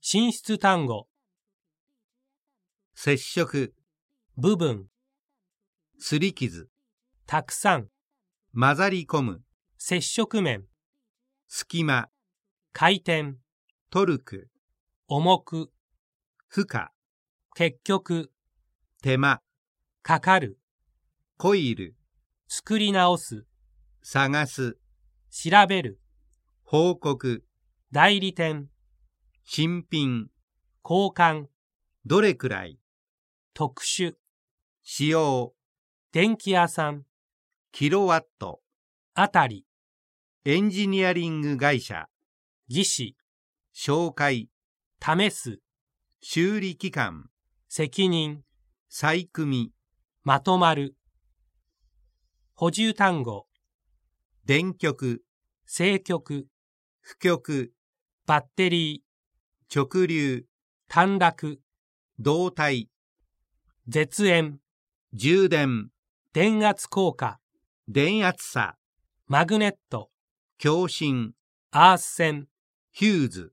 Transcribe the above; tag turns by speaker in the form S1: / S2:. S1: 進出単語、
S2: 接触、
S1: 部分、
S2: すり傷、
S1: たくさん、
S2: 混ざり込む、
S1: 接触面、
S2: 隙間、
S1: 回転、
S2: トルク、
S1: 重く、
S2: 負荷、
S1: 結局、
S2: 手間、
S1: かかる、
S2: コイル、
S1: 作り直す、
S2: 探す、
S1: 調べる、
S2: 報告、
S1: 代理店、
S2: 新品、
S1: 交換、
S2: どれくらい、
S1: 特殊、
S2: 使用、
S1: 電気屋さん、
S2: キロワット、
S1: あたり、
S2: エンジニアリング会社、
S1: 技師、
S2: 紹介、
S1: 試す、
S2: 修理期間、
S1: 責任、
S2: 細組、
S1: まとまる。補充単語、
S2: 電極、
S1: 正極、
S2: 負極、
S1: バッテリー、
S2: 直流、
S1: 短絡、
S2: 導体、
S1: 絶縁、
S2: 充電、
S1: 電圧効果、
S2: 電圧差、
S1: マグネット、
S2: 共振、
S1: アース線。
S2: ヒューズ。